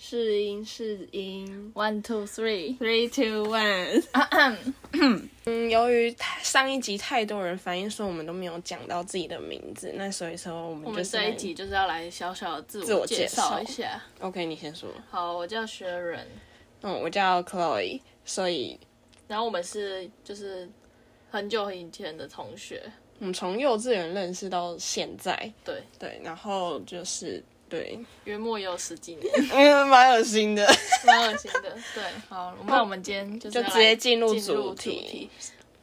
试音试音 One two three， ，three two one。嗯，由于太上一集太多人反映说我们都没有讲到自己的名字，那所以说我们我就们是这来一集就是要来小小的自自我我介介绍绍一下。 OK，你先说。好，我叫 Sharon，嗯，我叫 Chloe，所以然后我们是就是很久以前的同学，我们从幼稚园认识到现在，对，对，然后就是对，约莫也有十 几年，嗯，蛮恶心的。 蛮恶心的。对，好，那我们今天就是就要来直接进入进入主主题题，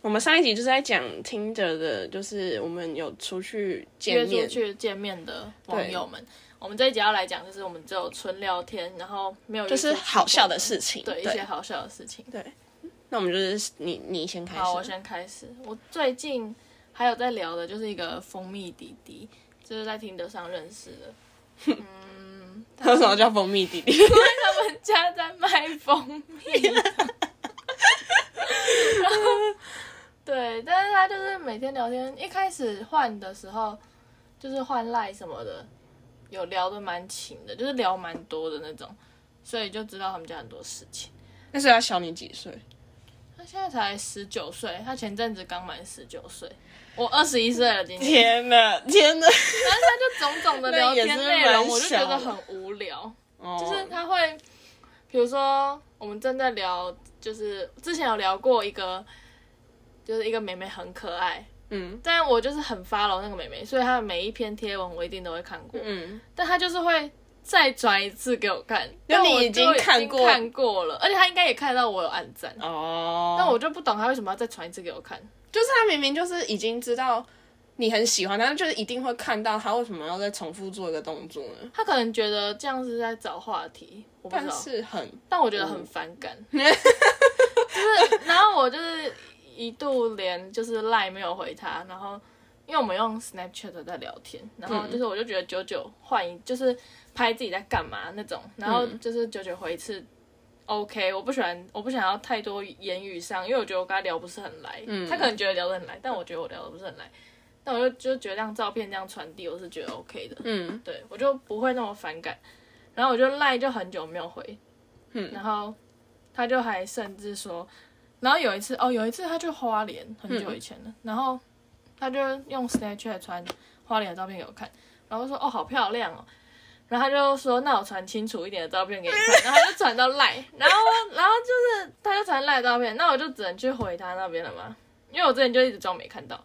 我们上一集就是在讲听着的，就是我们有出去见约面出，去见面的网友们。我们这一集要来讲，就是我们只有纯聊天，然后没有就是约出去好笑的见事情。面，对一些好笑的事情。那我们就是你你先开始。好，我先开始。我最近还有在聊的就是一个蜂蜜弟弟，就是在听得上认识的。嗯他为什么叫蜂蜜弟弟？ 他们家在卖蜂蜜，然后对，但是他就是每天聊天，一开始换的时候就是换赖什么的，有聊的蛮勤的，就是聊蛮多的那种，所以就知道他们家很多事情。那是要小你几岁？他现在才十九岁，他前阵子刚满十九岁，我二十一岁了，今天。天哪，天哪！种种 的聊天内容，我就觉得很无哦聊。就就是他会，比如说我们正在聊，就是之前有聊过一个，就是一个妹妹很可爱，嗯但我就是很 follow 那个妹妹，所以她的每一篇贴文我一定都会看过。嗯，但她就是会再转一次给我看，那但你我就已已经看过经看过了，而且她应该也看到我有暗赞。哦，但我就不懂她为什么要再传一次给我看，就是他明明就是已经知道你很喜欢，但是就是一定会看到他为什么要再重复做一个动作呢？她可能觉得这样是在找话题，我不知但道。是嗯很但我觉得很反感，就是，然后我就是一度连就是赖没有回他，然后因为我们用 Snapchat 在聊天，然嗯后就是我就觉得九九换一就是拍自己在干嘛那种，然后嗯就是九九回一次 OK，我不喜欢我不想要太多言语上，因为我觉得我跟他聊不是很来，嗯他可能觉得聊得很来，但我觉得我聊得不是很来，但我就就觉得这样照片这样传递我是觉得 OK 的，嗯，对我就不会那么反感。然后我就赖就很久没有回，嗯，然后他就还甚至说，然后有一次哦，有一次他去花莲，很久以前了，然后他就用 Snapchat 传花莲的照片给我看，然后说哦好漂亮哦。然后他就说：“那我传清楚一点的照片给你看。”然后他就传到赖，然后然后就是他就传赖照片，那我就只能去回他那边了嘛，因为我之前就一直装没看到，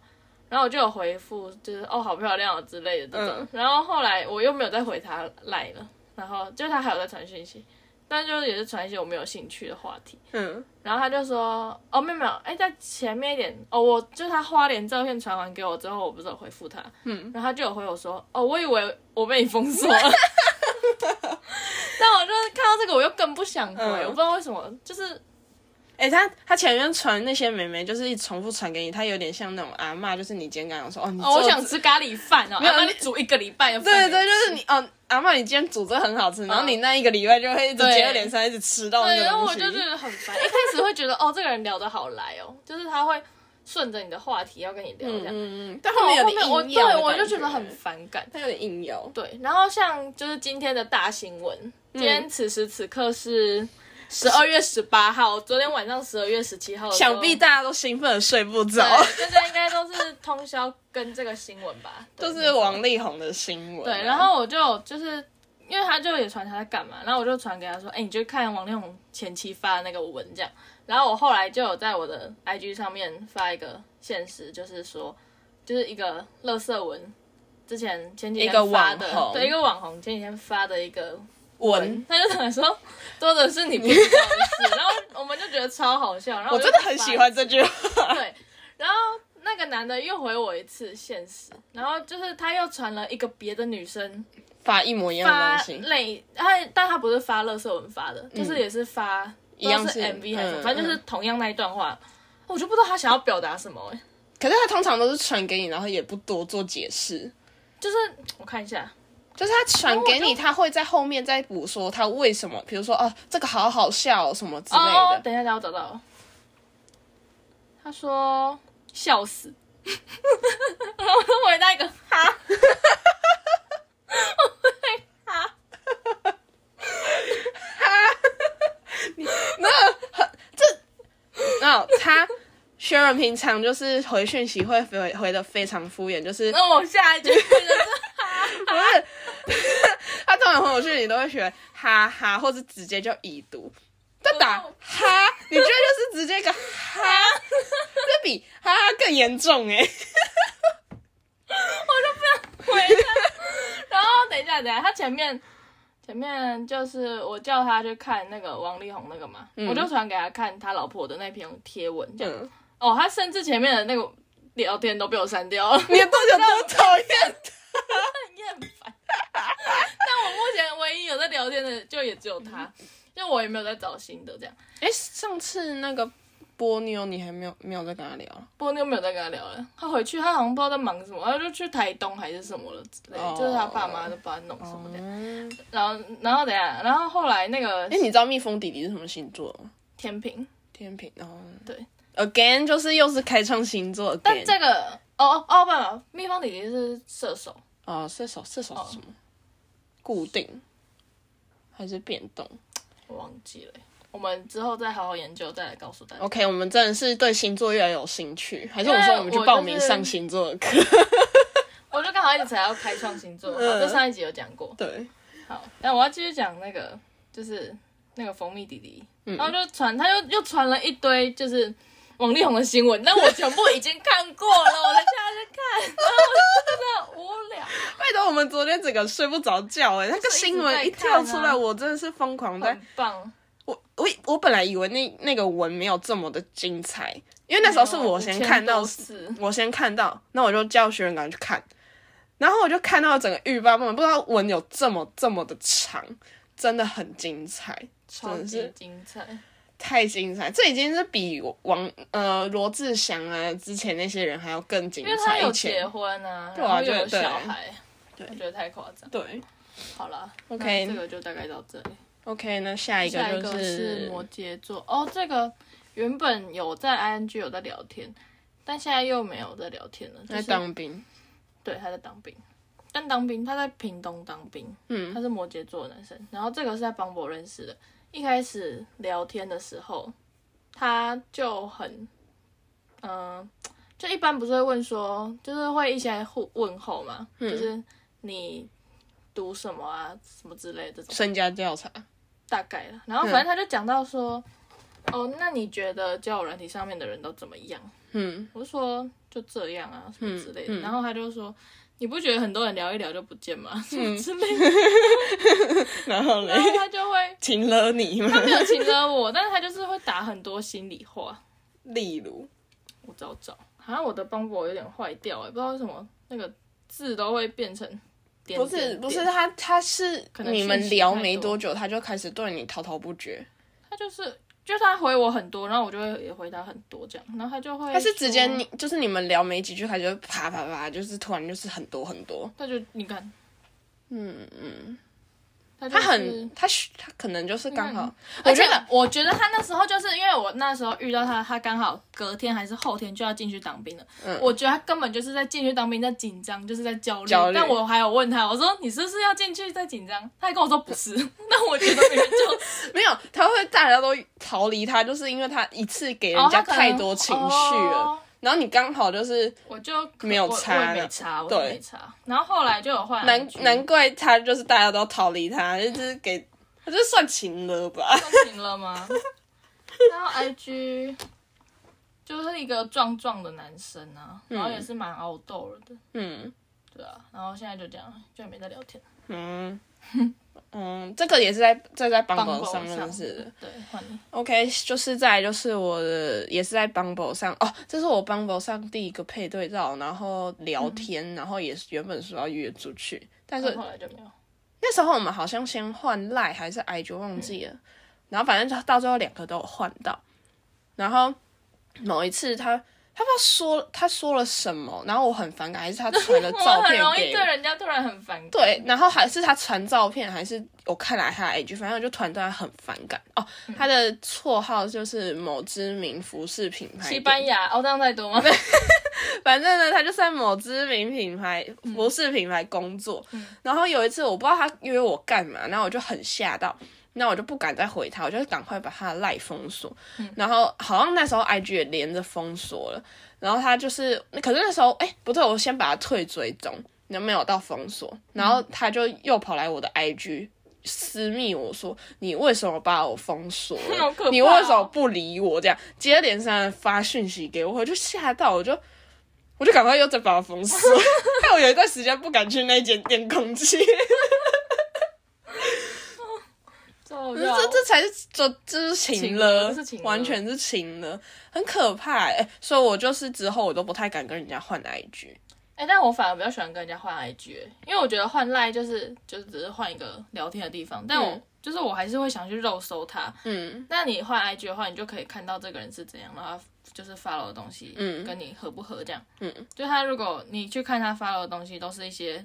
然后我就有回复，就是哦好漂亮哦之类的这种。嗯然后后来我又没有再回他赖了，然后就他还有在传讯息，但就是也是传一些我没有兴趣的话题。嗯，然后他就说：“哦，没有没有，哎，在前面一点哦，我就是他花莲照片传完给我之后，我不是有回复他，嗯，然后他就有回我说：哦，我以为我被你封锁了。 但我就是看到这个，我又更不想回，嗯我不知道为什么，就是哎、他他前面传那些美眉，就是一直重复传给你，他有点像那种阿嬷，就是你今天刚刚说哦，你哦，我做想吃咖喱饭哦，没有然后你煮一个礼拜的饭对给我对，吃就是你哦，阿嬷，你今天煮这很好吃，然后嗯你那一个礼拜就会一直对接二连三，一直吃到那嗯对，个然后东我西。就觉得很烦，一开始会觉得哦，这个人聊得好来哦，就是他会顺着你的话题要跟你聊这嗯样，嗯嗯，但但后面有我点我硬要的对我就感觉得很反感。他有点硬要。对，然后像就是今天的大新闻，今嗯天此时此刻是十二月十八号，昨天晚上十二月十七号的时候，想必大家都兴奋的睡不着， 对，大家应该都是通宵跟这个新闻吧，对就是王力宏的新闻啊。对，然后我就就是因为他就也传他在干嘛，然后我就传给他说，哎、你就看王力宏前期发的那个文这样。然后我后来就有在我的 IG 上面发一个现实，就是说，就是一个乐色文，之前前几一个天发网的，红对，一个网红前几天发的一个文，他就想说多的是你不知道的事，然后我们就觉得超好笑，然后我就真的很喜欢这句话。对，然后那个男的又回我一次现实，然后就是他又传了一个别的女生发一模一样发的东西，嗯类，他但他不是发乐色文发的，就是也是发一样是是 MV 还是什么，嗯反正就是同样那一段话，我就不知道他想要表达什么、欸，可是他通常都是传给你，然后也不多做解释。就是我看一下，就是他传给然后我你，就他会在后面再补说他为什么，比如说哦，这个好好笑、哦、什么之类哦，的。等一下，等一下我找到了。他说笑死， 然后我回答一个哈，我会哈， Sharon 平常就是回讯息会回回的非常敷衍， 就是那我下一句就是不是，他通常回我讯息都会选哈哈，或者直接就已读。就打哦哈，你觉得就是直接一个哈，这比哈哈更严重哎、回他。然后等一下，等一下，他前面前面就是我叫他去看那个王力宏那个嘛，我就传给他看他老婆的那篇贴文，这样、嗯，哦，他甚至前面的那个聊天都被我删掉了， 你的多久多讨厌？也很烦。但我目前唯一有在聊天的，就也只有他，就我也没有在找新的这样。哎、上次那个波妞你还没有没有在跟他聊，不过那个没有再跟他聊了，他回去他好像不知道在忙什么，他就去台东还是什么了之类的哦就是他爸妈都帮他弄什么的。嗯，然后，然后等一下，然后后来那个哎、你知道蜜蜂弟弟是什么星座吗？天平，天平，哦，对，again 就是又是开创星座 again，但这个哦哦哦，不不，蜜蜂弟弟是射手，哦，射手射手哦是什么？固定还是变动我忘记了。我们之后再好好研究，再来告诉大家。 ？OK，我们真的是对星座越来越有兴趣，还是我们因为说我们去我报就是名上星座的课？我就刚好一直才要开创星座嘛，嗯这上一集有讲过。对，好，那我要继续讲那个，就是那个蜂蜜弟弟，嗯然后就传，他又又传了一堆就是王力宏的新闻，但我全部已经看 过了，我在家在看，然后我就真的很无聊。拜托，我们昨天整个睡不着觉哎、那个就是一直新闻在一跳看出啊来，我真的是疯狂在很棒，我我我本来以为那那个文没有这么的精彩，因为那时候是我先看到，是我先看到，那我就叫学员赶快去看，然后我就看到整个欲罢不能，不知道文有这么这么的长，真的很精彩，超级精彩，太精彩，这已经是比王呃罗志祥啊之前那些人还要更精因为他彩有一结些。婚啊，对然啊后又有就对小孩，对我觉得太夸张。对好了 OK 那这个就大概到这里。 ，OK，那下一下一个就个是摩羯座哦，这个原本有在 ING 有在聊天，但现在又没有在聊天了。就在是、当兵，对，他在当兵，但当兵他在屏东当兵，嗯他是摩羯座的男生。然后这个是在邦博认识的，一开始聊天的时候，他就很，嗯、就一般不是会问说，就是会一些互问候嘛，嗯就是你读什么啊，什么之类的这种。身家调查，大概了。然后嗯反正他就讲到说，哦，那你觉得交友软体上面的人都怎么样？嗯，我就说就这样啊，什么之类的。嗯嗯然后他就说，你不觉得很多人聊一聊就不见吗？ 什嗯么之类的。然后嘞 然，后他就会请了你吗？他没有请了我，但是他就是会打很多心里话。例如，我找找，好像我的邦博有点坏掉哎、不知道为什么那个字都会变成点不是点不点是，他他是可能你讯们息聊太没多多久，他就开始对你滔滔不绝。他就是。就是他回我很多，然后我就会也回答很多这样，然后他就会他是直接说你就是你们聊没几句，他就啪啪啪，就是突然就是很多很多。他就你看，嗯嗯，他就他是嗯很他需他可能就是刚好，而我且觉得我觉得他那时候就是因为我那时候遇到他，他刚好隔天还是后天就要进去当兵了。嗯我觉得他根本就是在进去当兵，在紧张，就是在焦虑。焦虑但我还有问他，我说你是不是要进去在紧张？他还跟我说不是。 那我觉得别人就没有，他会大家都逃离他，就是因为他一次 给哦人家他可能太多情绪了，哦然后你刚好就是我就没有我差我也没了差，我对也没差。然后后来就有换难 IG 难怪他就是大家都逃离他，就是给 他就算情了吧。都停了吗？ 然后 IG 就是一个壮壮的男生啊，然后也是蛮凹痘的。嗯对啊，然后现在就这样，就也没在聊天。嗯嗯，这个也是在这在邦狗狗上认识的。对，换你。 OK，就是再来就是我的也是在 Bumble 上哦，这是我 Bumble 上第一个配对照，然后聊天，然后也是原本说要约出去，但但是嗯后来就没有。那时候我们好像先换赖还是 IG 忘记了，然后反正到最后两个都有换到，然后某一次他他不知道说他说了什么，然后我很反感，还是他传了照 我很片容易给对我。人家突然很反感。对，然后还是他传照片，还是我看来他的 IG，反正我就团队很反感哦。嗯他的绰号就是某知名服饰品牌，西班，牙哦，这样太多吗？ 反正呢，他就是在某知名品牌嗯服饰品牌工作。然后有一次我不知道他约我干嘛，然后我就很吓到，那我就不敢再回他，我就赶快把他的赖封锁。嗯然后好像那时候 IG 也连着封锁了，然后他就是，可是那时候哎、不对，我先把他退追踪，然后没有到封锁，然嗯后他就又跑来我的 IG 私密我说，你为什么把我封锁了好可怕哦你为什么不理我？这样接连三地发讯息给我，我就吓到，我就。我就赶快又再把它封锁， 害我有一段时间不敢去那间店空气。这可嗯是这这才是这这是情了，情勒这是情勒完全是情了，很可怕、欸。所以我就是之后我都不太敢跟人家换 IG。哎、但我反而比较喜欢跟人家换 IG，欸、因为我觉得换赖就是就是只是换一个聊天的地方，但我、嗯就是我还是会想去肉搜他。嗯那你换 IG 的话，你就可以看到这个人是怎样，然后他就是 follow 的东西，嗯跟你合不合这样。嗯，就他如果你去看他 follow 的东西，都是一些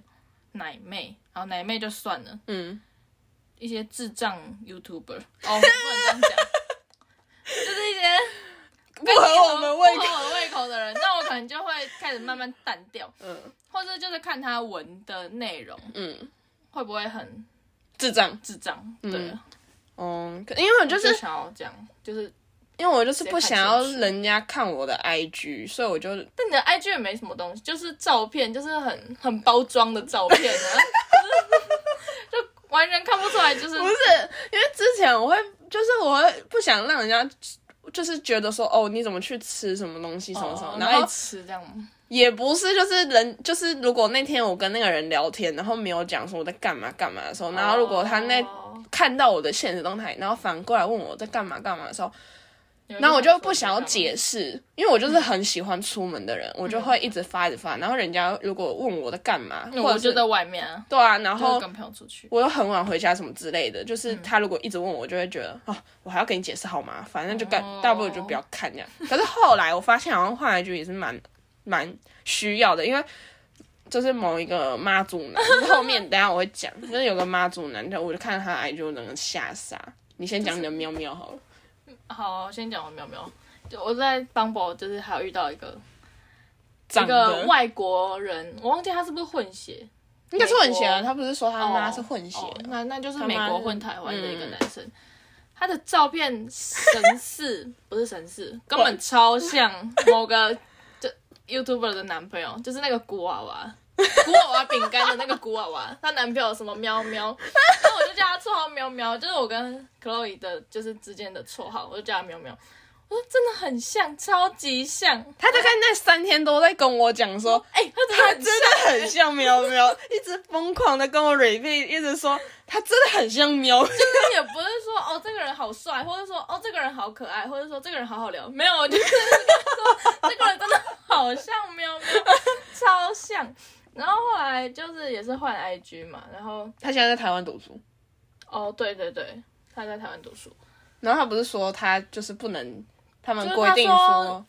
奶妹，然后奶妹就算了，嗯，一些智障 YouTuber，哦，不能这样讲，就是一些不 合我们胃不口。哎合我胃口的人，那我可能就会开始慢慢淡掉。 嗯或者就是看他文的内容嗯，会不会很智障。智障，嗯对，嗯，可因为我就是想要这样，就是因为我就是不想要直接看进去人家看我的 IG，所以我就但你的 IG 也没什么东西，就是照片，就是很很包装的照片啊， 就是就完全看不出来，就是不是，因为之前我会，就是我会不想让人家，就是觉得说，哦，你怎么去吃什么东西什么什么，哦然很后爱吃这样吗？也不是，就是人，就是如果那天我跟那个人聊天，然后没有讲说我在干嘛干嘛的时候，然后如果他那哦看到我的现实动态，然后反过来问我在干嘛干嘛的时候，有一然后我种就不想要解释，因为我就是很喜欢出门的人，我就会一直发一直发，然后人家如果问我在干嘛，那或我者就是在外面啊，对啊，然然后后跟朋友出去，我又很晚回家什么之类的，就是他如果一直问我，我就会觉得哦，我还要跟你解释好麻烦，那就干哦，大不了就不要看这样。可是后来我发现，好像换来就也是蛮蛮需要的，因为就是某一个妈祖男，后面等一下我会讲，就是有个妈祖男，就我就看他的 IG 我整个吓傻。你先讲你的喵喵好了，好，先讲我喵喵，就我在 Bumble 就是还有遇到一个长一个得外国人，我忘记他是不是混血，应该是混血啊，美国他不是说他妈是混血哦那那就是他美妈国是混台湾的一个嗯男生，他的照片神似，不是神似，根本超像某个就 YouTuber 的男朋友，就是那个古娃娃。古娃娃饼干的那个古娃娃，她男朋友什么喵喵，然后我就叫他绰号喵喵，就是我跟 Chloe 的，就是之间的绰号，我就叫他喵喵。我说真的很像，超级像，他大概那三天都在跟我讲说，哎、他真的他很像 真的很像喵喵， 一直疯狂的跟我 repeat，一直说他真的很像喵。但 也不是说哦这个人好帅，或者说哦这个人好可爱，或者说这个人好好聊，没有， 就是说这个人真的好像喵喵，超像。然后后来就是也是换 IG 嘛，然后 他现在在台湾读书，哦对对对，他在台湾读书，然后他不是说他就是不能，他就们是规他定说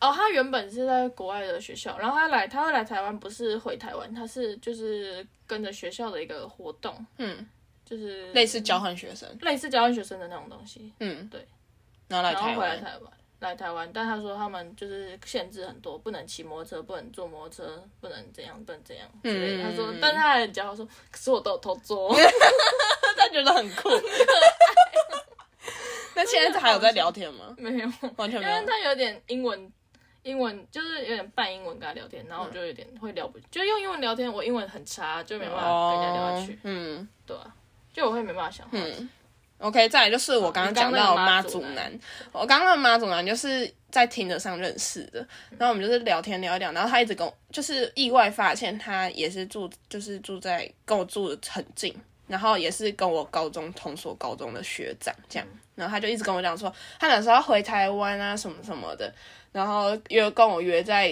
哦他原本是在国外的学校，然后他来他会来台湾不是回台湾，他是就是跟着学校的一个活动，嗯，就是类似交换学生，类似交换学生的那种东西，嗯，对，然后来然后台回来湾，台湾，来台湾，但他说他们就是限制很多，不能骑摩托车，不能坐摩托车，不能怎样，不能怎样之类的。嗯他说，但是他还很骄傲说，可是我都有偷 做哦，他觉得很酷。 那现在还有在聊天吗？没有，完全因没有为。他有点英文，英文就是有点半英文跟他聊天，然后嗯我就有点会聊不，就用英文聊天，我英文很差，就没办啊法跟人家聊下去，嗯对啊，就我会没办法想话。嗯，OK，再来就是我刚刚讲到的妈祖你刚刚那个妈男，我刚刚的妈祖男就是在听着上认识的，然后我们就是聊天聊一聊，然后他一直跟我，就是意外发现他也是住，就是住在跟我住的很近，然后也是跟我高中同所高中的学长这样，然后他就一直跟我讲说，他那时候要回台湾啊什么什么的，然后约跟我约在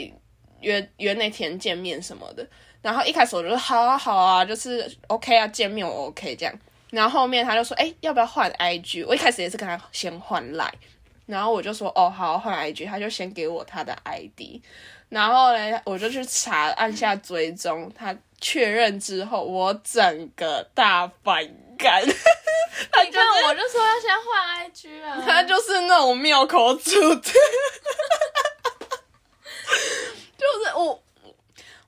约约那天见面什么的，然后一开始我就说好啊好啊，就是 OK 啊见面我 OK 这样，然后后面他就说，哎、要不要换 IG？我一开始也是跟他先换赖，然后我就说，哦，好，换 IG，他就先给我他的 ID，然后呢，我就去查，按下追踪，他确认之后，我整个大反感， 你看，我就说要先换 IG 啊， 他就是那种妙口 组的，就是我。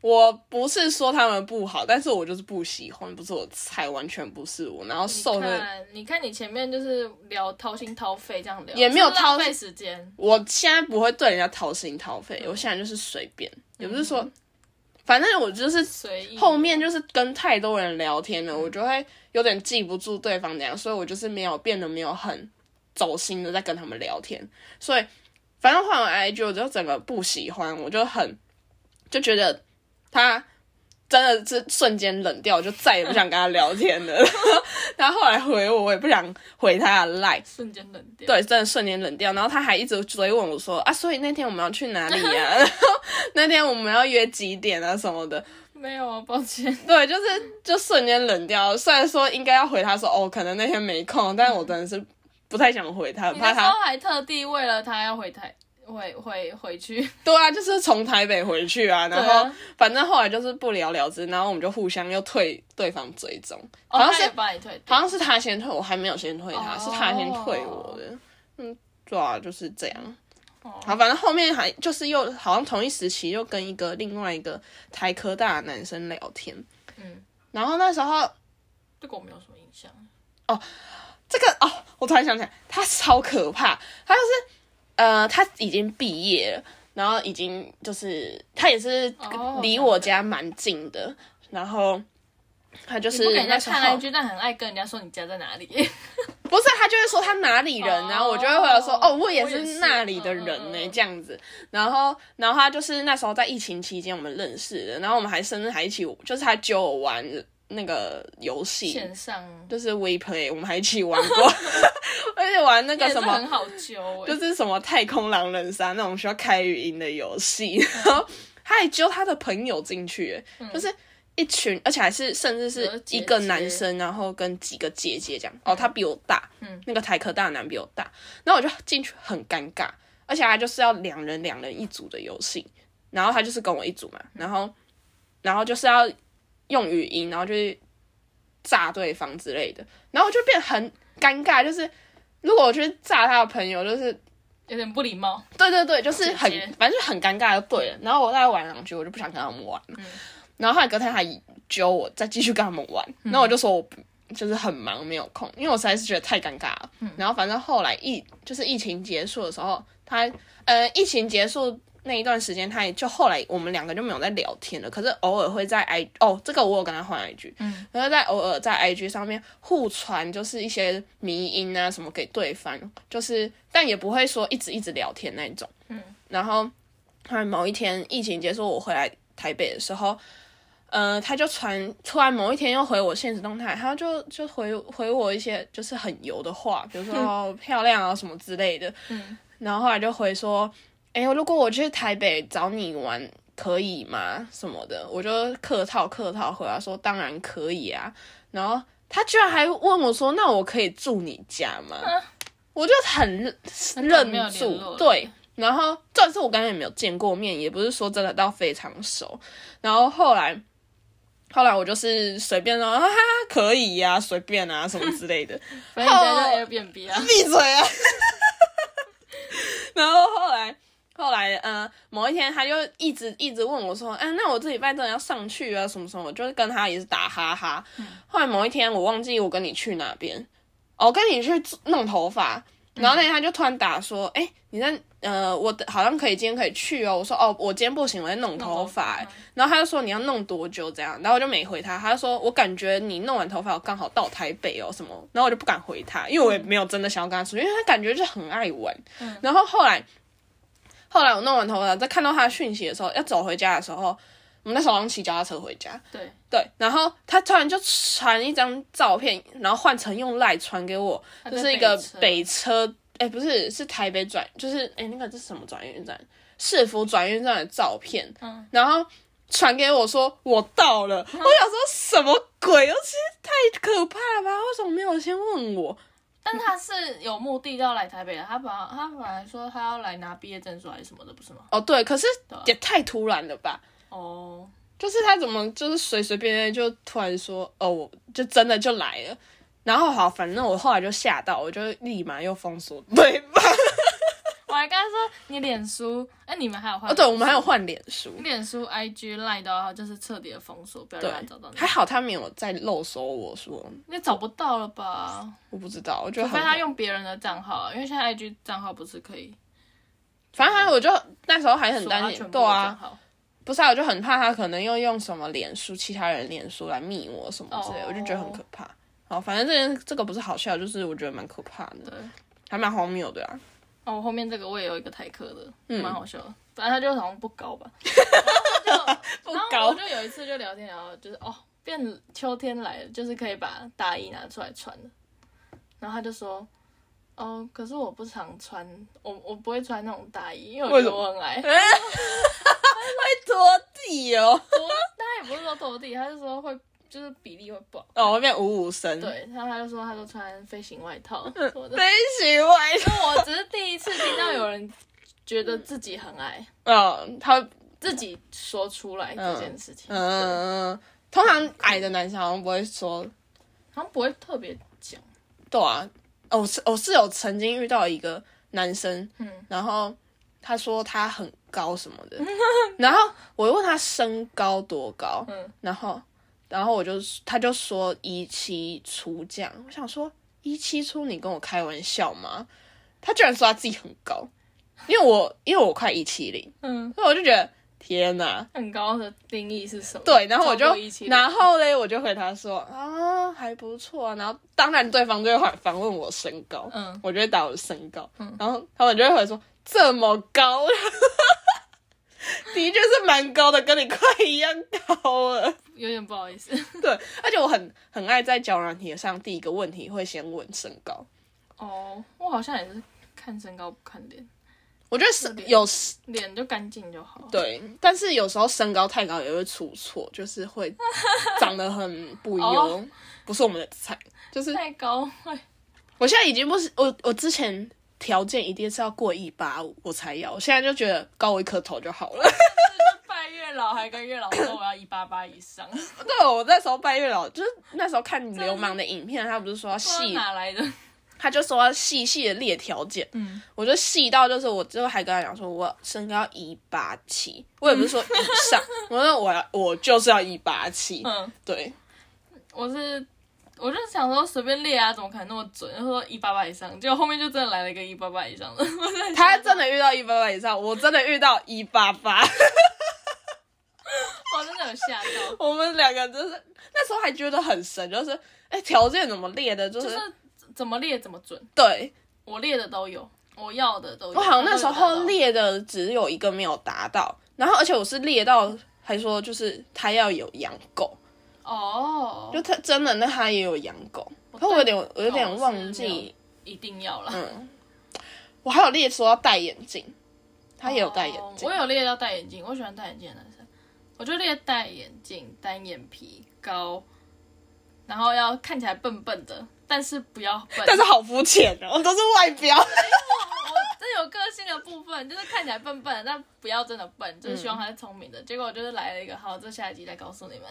我不是说他们不好，但是我就是不喜欢，不是我的菜，完全不是我。然后瘦那个，看，你看你前面就是聊掏心掏肺这样聊，也没有是不是浪掏费时间。我现在不会对人家掏心掏肺，我现在就是随便，也不是嗯说，反正我就是随意。后面就是跟太多人聊天了，我就会有点记不住对方怎样，所以我就是没有变得没有很走心的在跟他们聊天，所以反正换完 IG 我就整个不喜欢，我就很就觉得他真的是瞬间冷掉，我就再也不想跟他聊天了。然后后来回我，我也不想回他的 line，瞬间冷掉。，对，真的瞬间冷掉。然后他还一直追问我说啊，所以那天我们要去哪里呀、啊？然后那天我们要约几点啊什么的。没有啊，抱 歉。对，就是就瞬间冷掉。虽然说应该要回他说哦，可能那天没空，但我真的是不太想回他，你怕那时候他。还特地为了他要回台，回回回去。对啊，就是从台北回去啊，然后、对啊反正后来就是不了了之，然后我们就互相又退对方追踪，哦，好像他是也帮你退掉。好像是他先退，我还没有先退他，哦是他先退我的。嗯，对啊，就是这样。哦好，反正后面还就是又好像同一时期又跟一个另外一个台科大的男生聊天，嗯，然后那时候这个我没有什么印象。这个哦，我突然想起来，他超可怕，他就是呃，他已经毕业了，然后已经就是他也是哦离我我家蛮近的，然后他就你是不给人那家时看候 IG，但很爱跟人家说你家在哪里。 不是他就会说他哪里人，然后我就会回答说哦，我也我也是是那里的人呢、嗯嗯嗯这样子。然后然后他就是那时候在疫情期间我们认识的，然后我们还甚至还一起就是他揪我玩那个游戏。线上就是 WePlay，我们还一起玩过， 而且玩那个也是什么很好揪哎、就是什么太空狼人杀那种需要开语音的游戏，然后他还揪他的朋友进去，就是一群，而且还是甚至有是姐一姐个男生，然后跟几个姐姐这样。哦，他比我大，嗯，那个台科大男比我大，然后我就进去很尴尬，而且他就是要两人两人一组的游戏，然后他就是跟我一组嘛，嗯然后然后就是要用语音，然后就是炸对方之类的，然后我就变得很尴尬，就是如果我去炸他的朋友，就是有点不礼貌。对对对，就是很姐姐反正就很尴尬就对了。然后我大概玩两局，我就不想跟他们玩了。然后后来隔天还揪我再继续跟他们玩，那、我就说我不就是很忙没有空，因为我实在是觉得太尴尬了。然后反正后来疫就是疫情结束的时候，他呃疫情结束那一段时间，他也就后来我们两个就没有在聊天了。可是偶尔会在 i 哦这个我有跟他换 IG，嗯，然后在偶尔在 IG 上面互传就是一些迷音啊什么给对方，就是但也不会说一直一直聊天那一种。嗯，然后后来某一天疫情结束，我回来台北的时候，呃，他就传突然某一天又回我现实动态，他就就回回我一些就是很油的话，比如说、哦漂亮啊什么之类的。嗯，然后后来就回说，哎、如果我去台北找你玩。可以吗？什么的，我就客套客套回答说当然可以啊。然后他居然还问我说：“那我可以住你家吗？”我就很啊没有愣联住络了，对。然后，这次我跟他也没有见过面，也不是说真的到非常熟。然后后来，后来我就是随便说，啊哈，可以呀、随便啊，什么之类的。反正你家就 Airbnb 啊。闭嘴啊！ 然后后来后来，呃，某一天他就一直一直问我说，哎、那我这礼拜真的要上去啊，什么什么，就是跟他也是打哈哈。后来某一天我忘记我跟你去哪边，哦，我跟你去做弄头发。然后那天他就突然打说：“哎、你在呃，我好像可以今天可以去哦。”我说：“哦，我今天不行，我在弄头发。欸弄头发然后他就说：“你要弄多久？这样？”然后我就没回他。他就说：“我感觉你弄完头发，我刚好到台北哦，什么？”然后我就不敢回他，因为我也没有真的想要跟他说，因为他感觉就很爱玩。嗯然后后来，后来我弄完头发，在看到他的讯息的时候，要走回家的时候，我们那时候好像骑脚踏车回家，对，对，然后他突然就传一张照片，然后换成用赖传给我，他在就是一个北北车，哎、不是，是台北转，就是哎、那个是什么转运站？市府转运站的照片，嗯然后传给我说我到了，我想说什么鬼？尤其是太可怕了吧？为什么没有先问我？但他是有目的要来台北的，他本来他本来说他要来拿毕业证书还是什么的，不是吗？哦，对，可是对啊也太突然了吧？哦，就是他怎么就是随随便便就突然说哦，我就真的就来了。 然后好，反正我后来就吓到，我就立马又封锁对方。我还跟他说你脸书，哎、你们还有换？哦，对，我们还有换脸书，脸书、IG、Line 都要就是彻底的封锁，不要对哎让他啊找到，你还。好他没有在漏搜我说，那找不到了吧？我不知道，我觉除得非很他用别人的账号啊，因为现在 IG 账号不是可以反正还我就那时候还很锁他担全心，部对的啊账，号？不是啊，我就很怕他可能又用什么脸书，其他人脸书来密我什么之类的哦我就觉得很可怕。好，反正这件这个不是好笑，就是我觉得蛮可怕的，对。还蛮荒谬的啊啦。哦，我后面这个我也有一个台客的，嗯蛮好笑的。反正他就好像不高 吧，不然后我高，就有一次就聊天聊到，就是哦，变秋天来了，就是可以把大衣拿出来穿了。然后他就说，哦，可是我不常穿，我我不会穿那种大衣，因为我为觉得什么我很矮。拖地哦，我他也不是说拖地，他是说会就是比例会不好。哦，外面五五声，，对，然后他就说他都穿飞行外套什么的。飞行外因为我只是第一次听到有人觉得自己很矮，嗯，他自己说出来这件事情，对嗯，通常矮的男生好像不会说，好像不会特别讲。对啊，哦，我是我是有曾经遇到一个男生，嗯然后他说他很高什么 的，然后我问他身高多高，嗯然后然后我就他就说一七出这样，我想说一七出你跟我开玩笑吗？他居然说他自己很高，因为我因为我快一七零，嗯，所以我就觉得天哪，很高的定义是什么？对，然后我就超过170然后嘞我就回他说啊还不错啊，然后当然对方就会反反问我身高，嗯，我就会打我的身高，然后他们就会回说这么高， 的确是蛮高的，跟你快一样高了。 有点不好意思。对，而且我很很爱在交友软体上，第一个问题会先问身高。 哦，我好像也是看身高不看脸，我觉得是有时脸就干净就好。对，但是有时候身高太高也会出错，就是会长得很不优，哦不是我们的菜。就是太高会我现在已经不是我，我之前条件一定是要过一八五我才要，我现在就觉得高我一颗头就好了。 拜月老，还跟月老说我要一八八以上，不知对，我那时候拜月老，就是那时候看流氓的影片，他不是说要道细，哪来的。他就说要细细的列条件，嗯，我就细到就是我最后还跟他讲说我身高一八七，我也不是说 以上，我说我要我就是要一八七，嗯，对，我是。我就想说随便列啊，怎么可能那么准？他说一八八以上，结果后面就真的来了一个一八八以上的， 我真的他真的遇到一八八以上，我真的遇到一八八，我真的有吓到。我们两个就是那时候还觉得很神，就是哎条、件怎么列的，就是、就是怎么列怎么准，对我列的都有，我要的都有。我好像那时我候都有达到，列的只有一个没有达到，然后而且我是列到还说就是他要有养狗，哦，就他真的那他也有养狗，我可我有点我有狗点哦是忘没记有，一定要啦。嗯，我还有列说要戴眼镜，他也有戴眼哦镜，我有列到戴眼镜，我喜欢戴眼镜的男生，我就列戴眼镜、单眼皮、高，然后要看起来笨笨的，但是不要笨。 但是好肤浅哦，都是外 表，这有个性的部分，就是看起来笨笨的，但不要真的笨，就是希嗯望他是聪明的。结果我就是来了一个，好，这下一集再告诉你 们，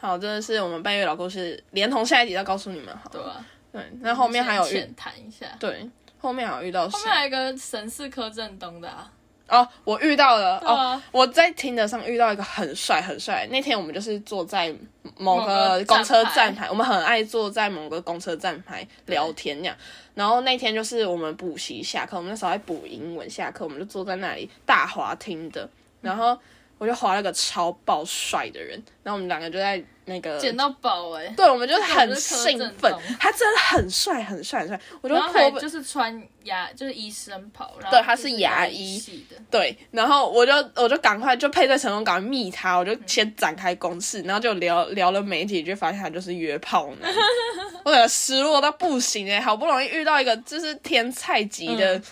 好，真的是我们半月老故事，连同下一集再告诉你们好，对吧？对，那后面还有遇浅谈一下。对。后面还有遇到谁后？面还有一个神似柯震东的啊，哦，我遇到了、对啊哦，我在听得上遇到一个很帅很帅。那天我们就是坐在某某个个公车站站牌，我们很爱坐在某个公车站牌聊天那样。然后那天就是我们补习下课，我们那时候还补英文下课，我们就坐在那里大滑听的。然后我就滑了个超爆帅的人，然后我们两个就在那个。捡到宝哎、对，我们就是这个很就是柯兴震奋东，他真的很帅，很帅，很帅。我就然后还迫有不就是穿牙，就是医生袍，然后对他就是是牙医医系的，对，然后我就我就赶快就配对成功，赶快密他，我就先展开攻势，然后就聊聊了没几句，发现他就是约炮 男，我整个失落到不行哎、好不容易遇到一个就是天菜级的、嗯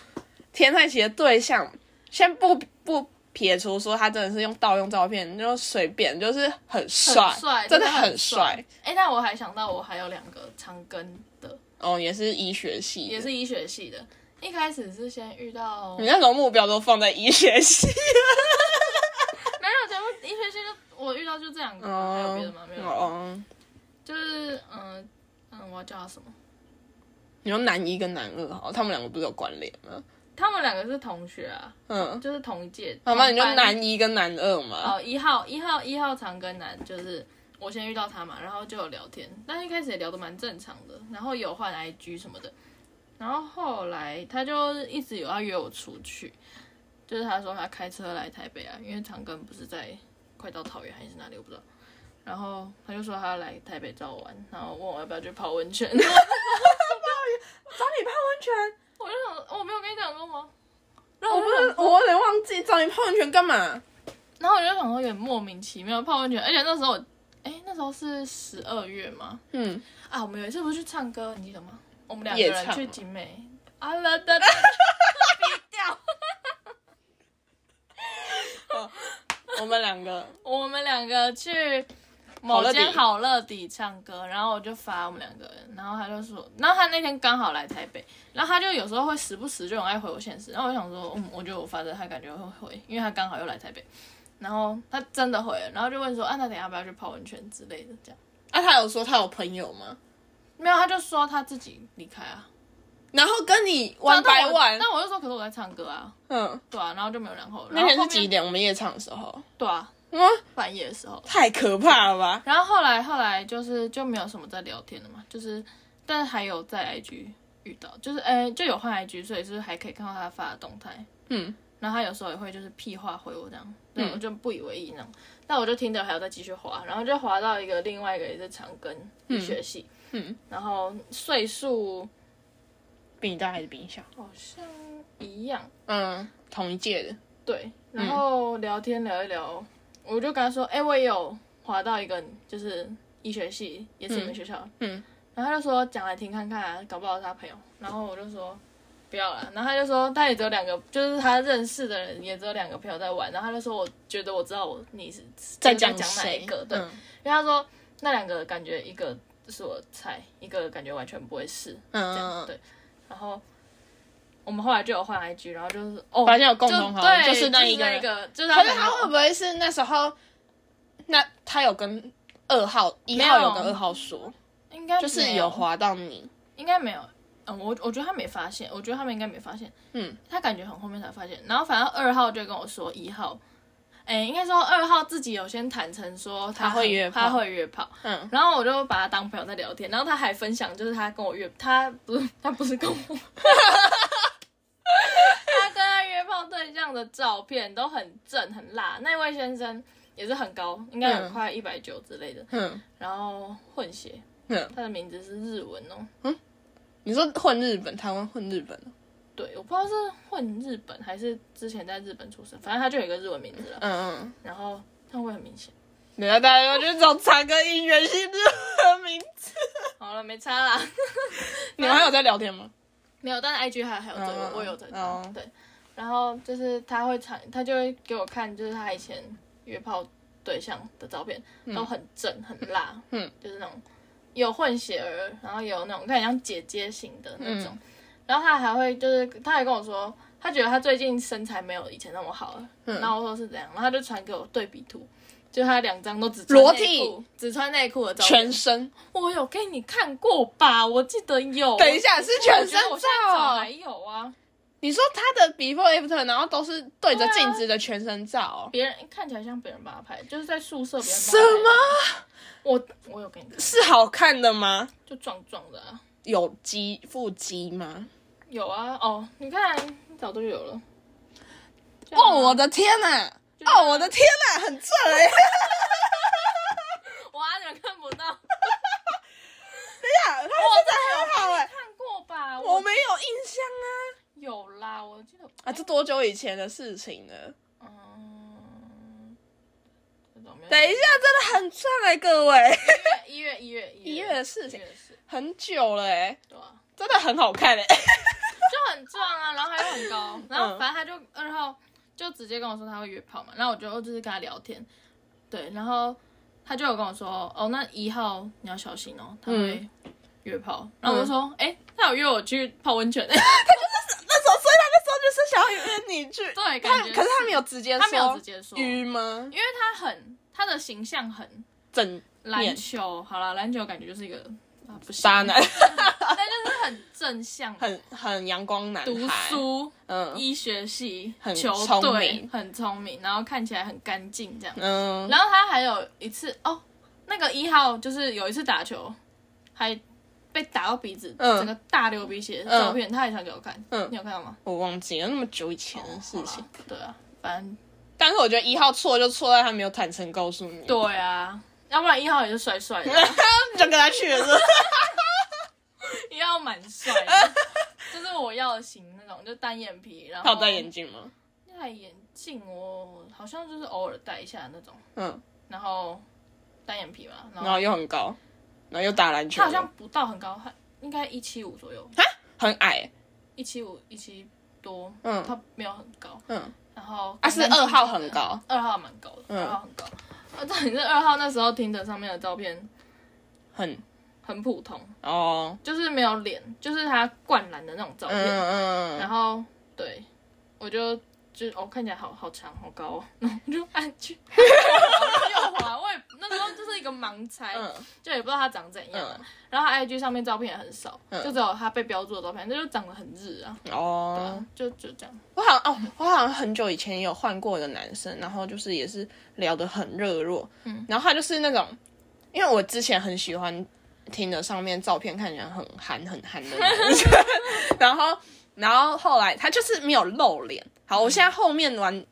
天菜级的对象，先不不撇除说他真的是用盗用照片，就随便就是很帅，很帅，真的很帅。。哎、但我还想到，我还有两个长庚的，哦，也是医学系的，也是医学系的。一开始是先遇 到，你没有那种目标都放在医学系全部医学系就我遇到就这两个，还有哦别的吗？没有，哦，就是嗯嗯，我要叫他什么？你说男一跟男二好，他们两个不是有关联吗？他们两个是同学啊，嗯，就是同一届。好吧，你就同班男一跟男二嘛。哦，一号一号一号长跟男，就是我先遇到他嘛，然后就有聊天，但一开始也聊得蛮正常的，然后有换 IG 什么的，然后后来他就一直有要约我出去，就是他说他开车来台北啊，因为长庚不是在快到桃园还是哪里我不知道，然后他就说他要来台北找我玩，然后问我要不要去泡温泉， 我就找你泡温泉，想说我没有跟你讲过吗？我不是，我有点忘记找你泡温泉干嘛？然后我就想说有点莫名其妙泡温泉，而且那时候我，哎、那时候是十二月吗？嗯，啊，我们有一次不是去唱歌，你记得吗？我们两个夜人唱去吗景美，啊啦哒哒，低调。我们两个，我们两个去某好乐间迪好乐迪唱歌，然后我就发我们两个人，然后他就说，然后他那天刚好来台北，然后他就有时候会时不时就很爱回我现实，然后我就想说，嗯，我觉得我发的他感觉会回，因为他刚好又来台北，然后他真的回了，然后就问说，啊，那等一下要不要去泡温泉之类的这样。啊，他有说他有朋友吗？没有，他就说他自己离开啊，然后跟你但玩白我玩，但我就说，可是我在唱歌啊，嗯，对啊，然后就没有然后了。那天然后是后面几？点？我们夜场的时候，对啊，哇，半夜的时候。太可怕了吧！然后后来后来就是就没有什么在聊天了嘛，就是但是还有在 IG 遇到，就是哎、就有换 IG，所以就是还可以看到他发的动态。嗯，然后他有时候也会就是屁话回我这样，对、我就不以为意那种。但我就听着还要再继续滑，然后就滑到一个另外一个也是长庚医学系，嗯，然后岁数比你大还是比你小？好像一样，嗯，同一届的。对，嗯然后聊天聊一聊，我就跟他说，哎、我也有滑到一个，就是医学系，也是你们学校，嗯然后他就说讲来听看看、啊，搞不好是他朋友，然后我就说不要了，然后他就说他也只有两个，就是他认识的人也只有两个朋友在玩，然后他就说我觉得我知道我你是在讲讲讲哪一谁个，对，嗯因为他说那两个感觉一个是我菜，一个感觉完全不会是，这样嗯，对，然后。我们后来就有换 IG，然后就是哦，发现有共就同好友，对，就是那一个人。个，就是可他是他会不会是那时候，那他有跟二号、一没号有有跟二号说，应该就是没有，划到你，应该没有。嗯，我我觉得他没发现，我觉得他们应该没发现。嗯，他感觉很后面才发现。然后反正二号就跟我说一号，哎、应该说二号自己有先坦诚说他他会很约炮他会约炮。嗯，然后我就把他当朋友在聊天，然后他还分享，就是他跟我约，他不是他不是跟我，他跟他约炮对象的照片都很正很辣。那位先生也是很高，应该有嗯快一百九之类的，嗯，然后混血，嗯他的名字是日文哦。你说混日本，台湾混日本，对，我不知道是混日本还是之前在日本出生，反正他就有一个日文名字了。嗯嗯，然后他会很明显。等一下大家要去找查个音乐系的名字，好了，没差啦。 你们还有在聊天吗？没有，但是 IG 还还有追嗯我嗯，我有追他。哦对，然后就是他会传，他就会给我看，就是他以前约炮对象的照片，都很正很辣，嗯，就是那种有混血儿，然后有那种看起来像姐姐型的那嗯种。然后他还会就是，他还跟我说，他觉得他最近身材没有以前那么好了。嗯然后我说是怎样，然后他就传给我对比图。就他两张都只穿裸内体裤，只穿内裤的照片，全身，我有给你看过吧？我记得有。等一下哦是我全身觉得我现在找照还。有啊，你说他的 before after，然后都是对着镜子的全身照哦，别人看起来像别人帮他拍，就是在宿舍别人 什帮他拍么？我我有给你看，是好看的吗？就壮壮的、啊，有肌腹肌吗？有啊，哦，你看早就有了。这样啊哦，我的天呐、就这样哦，我的天呐、很正 哎、哇，你们看不到，他身材很好哎、看过吧？我我没有印象啊。有啦，我记得啊，这多久以前的事情了？嗯，这种没有等一下，真的很正哎、各位，一月一月一月一月的事一情月的事，很久了哎、对啊，真的很好看哎、就很壮啊，然后还又很高，嗯然后反正他就二号就直接跟我说他会约炮嘛，然后我就就是跟他聊天，对，然后他就有跟我说，哦，那一号你要小心哦，他会约炮，嗯然后我就说，哎、他有约我去泡温 泉、那时候， 所以他那时候就是想要约你去，对，他感觉可是他没有直接他没有说直接说，因为晕吗？他很他的形象很整篮面球，好啦，篮球感觉就是一个啊不行渣男， 但就是很正向，很很阳光男孩，读书、嗯医学系、很球聪队明，很聪明，然后看起来很干净这样。嗯，然后他还有一次哦，那个一号就是有一次打球，还被打到鼻子，嗯整个大流鼻血的照片，他也传给我看。嗯你有看到吗？我忘记了那么久以前的事好情啦。对啊，反正但是我觉得一号错就错在他没有坦诚告诉你，对啊，要不然一号也是帅帅 的，你就跟他去了是不是一号蛮帅 的，就是我要的型那种，就单眼皮，然他后有戴眼镜吗？戴眼镜我好像就是偶尔戴一下那种，嗯，然后单眼皮嘛，然然后后又很高，然后又打篮球，他好像不到很高，他应该一七五左右，很矮，一七五一七多，嗯他没有很高，嗯，然后啊是二号很高，二号蛮高的，嗯二号很高，啊，重点是二号那时候听的上面的照片很很普通，哦，就是没有脸，就是他灌篮的那种照嗯片，嗯然嗯，后对我就就哦看起来好好长好高、 哦，然后我就按 去右滑，我也那时候就是一个盲猜，嗯就也不知道他长怎样啊、嗯然后他 IG 上面照片也很少，嗯就只有他被标注的照片，那就长得很日啊，哦，就就这样。我好像哦，我好像很久以前也有换过一个男生，然后就是也是聊得很热络，嗯，然后他就是那种，因为我之前很喜欢听的上面照片看起来很韩很韩的男生，然后然后后来他就是没有露脸。好，我现在后面玩，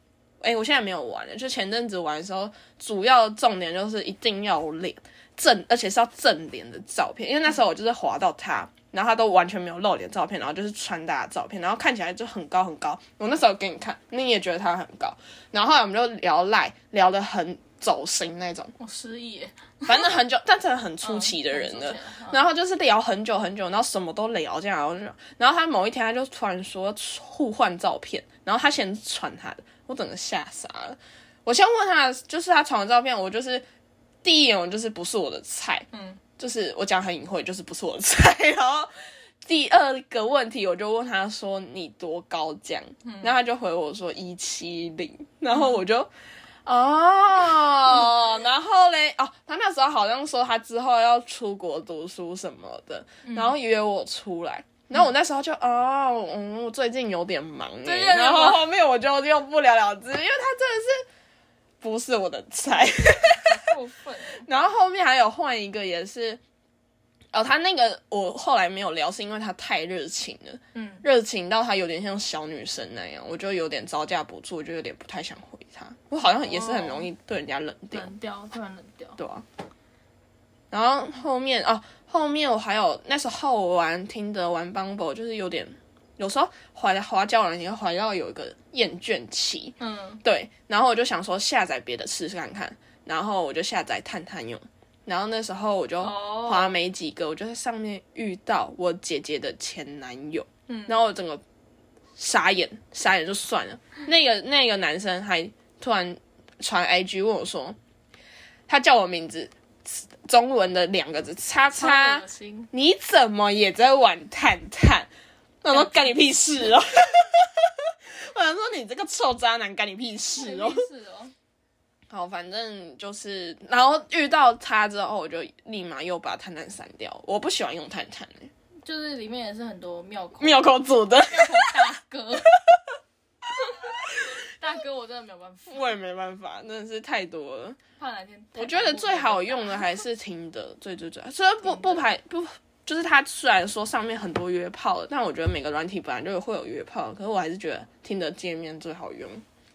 哎、我现在没有玩了，就前阵子玩的时候，主要重点就是一定要有脸正，而且是要正脸的照片，因为那时候我就是滑到他。然后他都完全没有露脸照片，然后就是穿搭的照片，然后看起来就很高很高。我那时候给你看，你也觉得他很高。然后后来我们就聊赖，聊得很走心那种，我哦失忆耶，反正很久，但真的很出奇的人了。嗯然后就是聊很久很久，然后什么都聊这样，然后就然后他某一天他就突然说互换照片，然后他先传他的，我整个吓傻了。我先问他，就是他传的照片，我就是第一眼我就是不是我的菜，嗯，就是我讲很隐晦，就是不是我的菜。 然后第二个问题，我就问他说你多高这样，嗯然后他就回我说一七零，然后我就。哦， 然后嘞，哦，他那时候好像说他之后要出国读书什么的，嗯然后约我出来。然后我那时候就哦，嗯，我最近有点忙耶对有点然后忙后面我就又不了了之，因为他真的是不是我的菜。好过分哦。然后后面还有换一个也是，哦，他那个我后来没有聊，是因为他太热情了，嗯热情到他有点像小女生那样，我就有点招架不住，我就有点不太想回他。我好像也是很容易 对人家冷掉，冷掉，突然冷掉。对啊。然后后面哦，后面我还有那时候我玩听得玩 Bumble，就是有点有时候滑滑交人，你会滑到有一个厌倦期，嗯，对，然后我就想说下载别的试试看看，然后我就下载探探用，然后那时候我就哦滑没几个，我就在上面遇到我姐姐的前男友，嗯然后我整个傻眼，傻眼就算了，那个那个男生还突然传 IG 问我说，他叫我名字，中文的两个字叉超叉恶，心。你怎么也在玩探探？我说干你屁事哦！ 我想说你这个臭渣男干你屁事哦！是哦，好，反正就是，然后遇到他之后，我就立马又把探探删掉。我不喜欢用探探、欸，就是里面也是很多妙口妙口组的，大哥。大哥，我真的没有办法， 我也没办法，真的是太多了。怕哪天。我觉得最好用的还是听的，最最最，虽然不不排不，就是它虽然说上面很多约炮的，但我觉得每个软体本来就会有约炮的，可是我还是觉得听的界面最好用。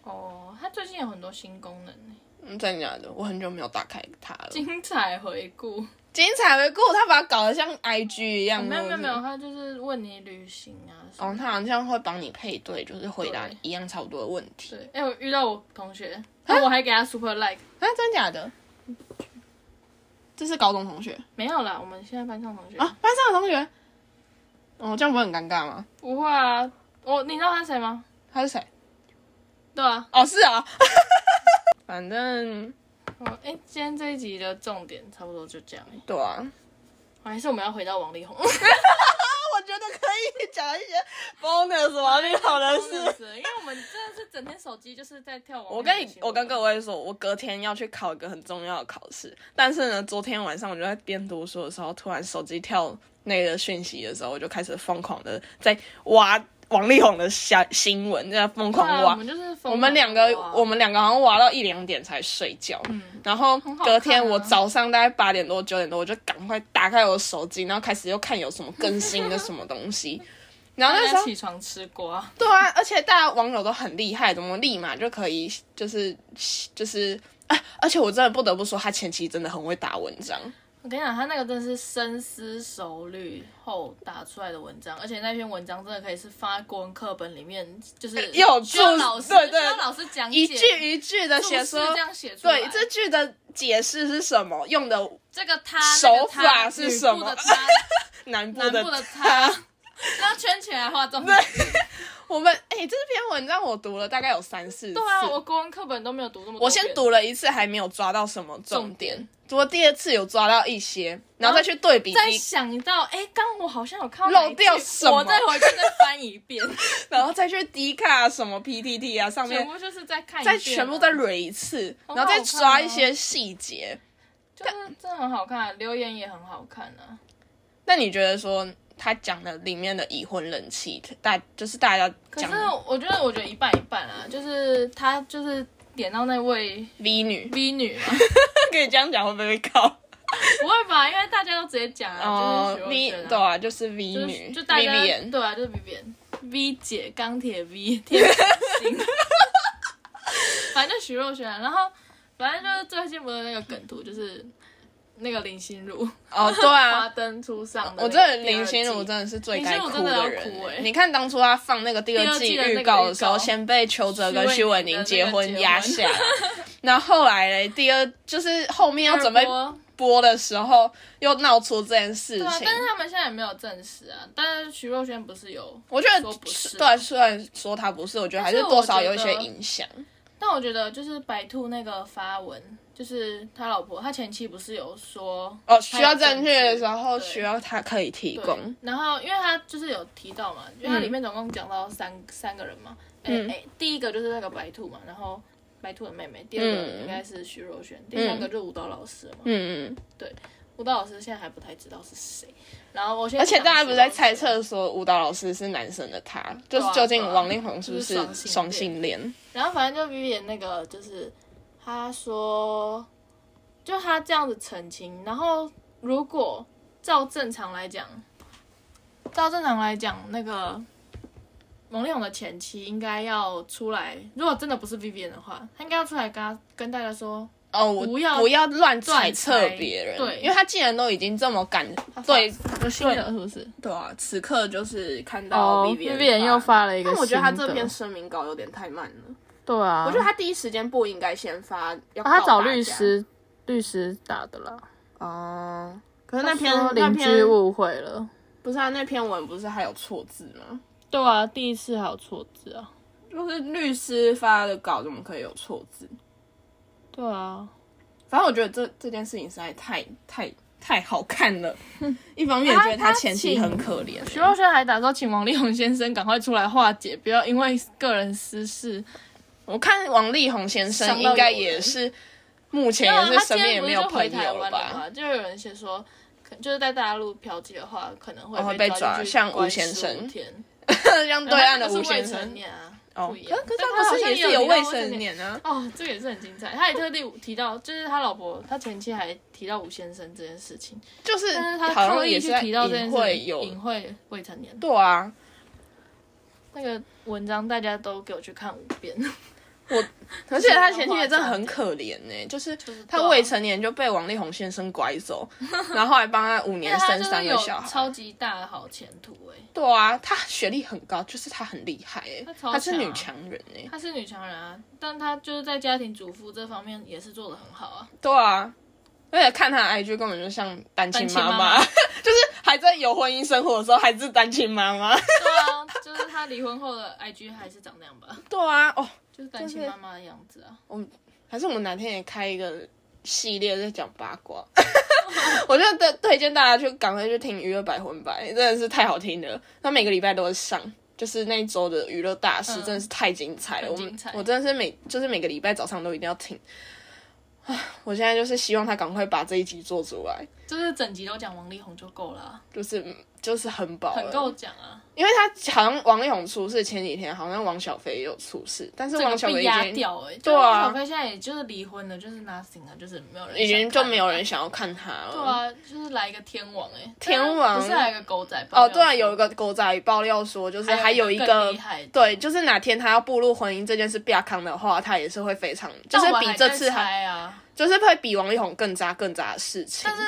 哦，它最近有很多新功能呢，嗯，真的假的？我很久没有打开它了。精彩回顾。精彩回顾，他把它搞得像 IG 一样。哦没有没有没有，是他就是问你旅行啊什不是。么哦，他好像会帮你配对，就是回答对一样差不多的问题。对，哎、我遇到我同学，然后我还给他 super like。啊，真的假的？这是高中同学没有啦，我们现在班上同学、啊，班上的同学。哦，这样不会很尴尬吗？不会啊。我你知道他是谁吗？他是谁？对啊，哦，是啊。 反正我哎、今天这一集的重点差不多就这样哎、对啊，还是我们要回到王力宏。我觉觉得可以讲一些 bonus 王力宏的真事。 是，因为我们真的是整天手机就是在跳网。我跟你，我跟各位说，我隔天要去考一个很重要的考试，但是呢，昨天晚上我就在边读书的时候，突然手机跳那个讯息的时候，我就开始疯狂的在挖王力宏的下新闻，在疯狂对啊挖。我们就是疯狂我们两个，挖我们两个好像玩到一两点才睡觉，然后嗯好看啊隔天我早上大概八点多九点多，我就赶快打开我的手机，然后开始又看有什么更新的什么东西，然后大那时家候起床吃瓜，对啊，而且大家网友都很厉害，怎么立马就可以就是就是，啊、而且我真的不得不说，他前期真的很会打文章，我跟你讲，他那个真的是深思熟虑后打出来的文章，而且那篇文章真的可以是放在国文课本里面，就是哎有需要注老师对对需要老师讲解一句一句的注写释说，这样写出来，对这句的解释是什么，用的这个他手那法个他是女部什么 的他南部南的部的他，然后圈起来画重点。 我们哎、这篇文章我读了大概有三四次，对啊，我国文课本都没有读那么多遍。我先读了一次，还没有抓到什么重点，读了第二次有抓到一些，然后再去对比再第一，想到，哎、刚刚我好像有看到哪一句漏掉什么我再回去再翻一 遍，然后再去 D 卡什么 PTT 啊上全面，部就是再看一遍、再全部再，捋一次，好哦然后再抓一些细节。就是真的很好看、留言也很好看啊。那你觉得说他讲的里面的已婚人妻，大就是大家可讲是的我觉得，我觉得一半一半啊，就是他就是点到那位 V 女， V 女嘛，可以这样讲会不会被告？不会吧？因为大家都直接讲啊，哦就是，V 徐若瑄啊对啊，就是 V 就是女，就大家 Vivian 对啊，就是 Vivian V 姐钢铁 V 天使星，反正就徐若瑄啊，然后反正就是最近不是那个梗图，就是那个林心如哦，对啊，花灯初上的那我个第真二的季，林心如真的是最该林哭心如真的要人欸、哭欸你看当初她放那个第第二二季季的那个预告的时候，预告先被邱泽跟徐徐伟伟宁宁的结那个婚结压婚下来， 然后后来嘞，第二就是后面要准备第二波播的时候，又闹出这件事对啊，情但。是他们现在也没有证实啊，但是徐若瑄不是有，我觉说得不是对，虽然说她不是，我觉得还但是是多我少觉有一些得影响。但我觉得就是白兔那个发文，就是他老婆，他前妻不是有说哦，需她要有证据的据时候，需对要她可以提供。然后，因为他就是有提到嘛，因为它里面总共讲到三、三个人嘛，哎、嗯哎，第一个就是那个白兔嘛，然后白兔的妹妹，第二个嗯应该是徐若瑄，第三个就是舞蹈老师嘛。嗯，嗯舞蹈老师现在还不太知道是谁，然后我现在而且大家不是在猜测说舞蹈老师是男生的他，就对是啊究竟对啊王力宏是不就是是双性双恋性恋？然后反正就 Vivian 那个就是他说，就他这样子澄清，然后如果照正常来讲，照正常来讲，那个王力宏的前妻应该要出来，如果真的不是 Vivian 的话，他应该要出来跟他跟大家说，哦，我不要不要乱乱揣测猜别人，对因为他既然都已经这么敢他发对有新的是不是？对啊，此刻就是看哦发了一个但我觉得他这篇声明稿有点太慢了，对啊，我觉得他第一时间不应该先发，要啊告他找大家律师律师打的啦，哦。可是那篇说那邻居篇误会了。不是啊，那篇文不是还有错字吗？对啊，第一次还有错字啊。就是律师发的稿怎么可以有错字？对啊，反正我觉得这这件事情实在太太太好看 了。一方面也觉得啊他前妻请很可怜，欸徐若瑄还打说请王力宏先生赶快出来化解，不要因为个人私事。我看王力宏先生想到应该有人也是目前啊，也他今是身边也天不是没有就朋回台友湾了吧。嘛，就有人先说，可就是在大陆嫖妓的话，可能哦会被抓抓进去像吴关先15生天， 像对岸的然后吴就是未先成生，年啊，哦不一可样可是但他好不是像也有是有提到未未成成年年啊？哦，这个也是很精彩。他也特地提到，就是他老婆，他前妻还提到吴先生这件事情，就是但是他好刻像也意是去在提到这件隐事晦情，有隐晦未成年。对啊，那个文章大家都给我去看五遍，而且他前妻也真的很可怜呢、就是啊是他未成年就被王力宏先生拐走， 然后还帮啊他五年他生就是三有个小孩。超级大的好前途哎、对啊，他学历很高，就是他很厉害、欸，她超强啊他是女强人哎、她是女强人啊，但她就是在家庭主妇这方面也是做的很好 啊。对啊，而且看他的 IG 根本就像单亲单妈亲妈妈，妈 就是还在有婚姻生活的时候还是单亲妈妈。 对啊，就是她离婚后的 IG 还是长那样吧，对啊，哦，就是单亲妈妈的样子啊。还是我们哪天也开一个系列在讲八卦。 我就推推荐大家去赶快去听《娱乐百分百》，真的是太好听了。他每个礼拜都会上，就是那一周的娱乐大师、嗯真的是太精彩了。很我们精彩我真的是每就是每个礼拜早上都一定要听。唉我现在就是希望他赶快把这一集做出来，就是整集都讲王力宏就够了啊，就是就是很饱了，很够讲啊。因为他好像王勇出事前几天，好像王小飞也有出事，但是这王个小被飞压已经掉哎、欸，对就啊王小飞现在也就是离婚了，就是 nothing 啊，就是没有人，已经就没有人。想要看他了。对啊，就是来一个天王哎、欸，天王不是来一个狗仔吧哦，对啊，有一个狗仔爆料说，就是还有还有一一个个更厉害的对，就是哪天他要步入婚姻这件事被康的话，他也是会非常，就是但我比还这在次还，猜啊，就是会比王力宏更渣更渣的事情。但是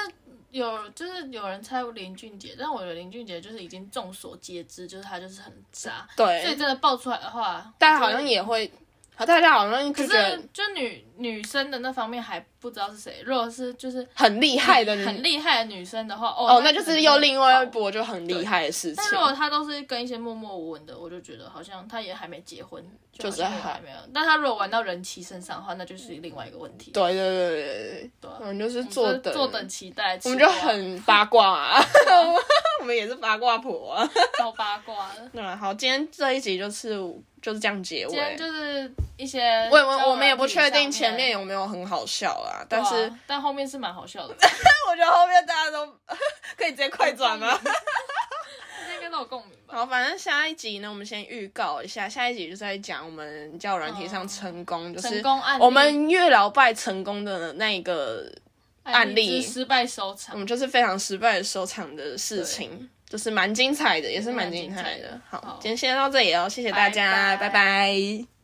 有就是有人猜林俊杰，但我觉得林俊杰就是已经众所皆知，就是他就是很渣，所以对，真的爆出来的话，但好像也会，好大家好像就可觉得是就女女生的那方面还不知道是谁，如果是就是很厉害的很人，厉害的女生的话，哦哦，那就是又另外一波。波就很厉害的事情但。如果她都是跟一些默默无闻的，我就觉得好像她也还没结婚，就就是好像也还还没有。但她如果玩到人妻身上的话，那就是另外一个问题。对对对对对对，对啊我们就是我坐们就是等坐等期待，我我们就很八卦啊，我们也是八卦婆啊。 超八卦的。对，好，今天这一集就是就是这样结尾。今天就是一些，我我我们也不确定前面，有没有很好笑啦，但是、啊、但后面是蛮好笑 的，我觉得后面大家都 可以直接快转吗？应该都有共鸣吧？ 好，反正下一集呢，我们先预告一下，下一集就是在讲我们教软体上哦成功，就是成功案例，我们月老拜成功的那一个，案案例之失败收场我，们就是非常失败的收场的事情，就是蛮精彩的，也是蛮精蛮精彩的的。好，好今天先到这里哦，谢谢大家，拜拜拜拜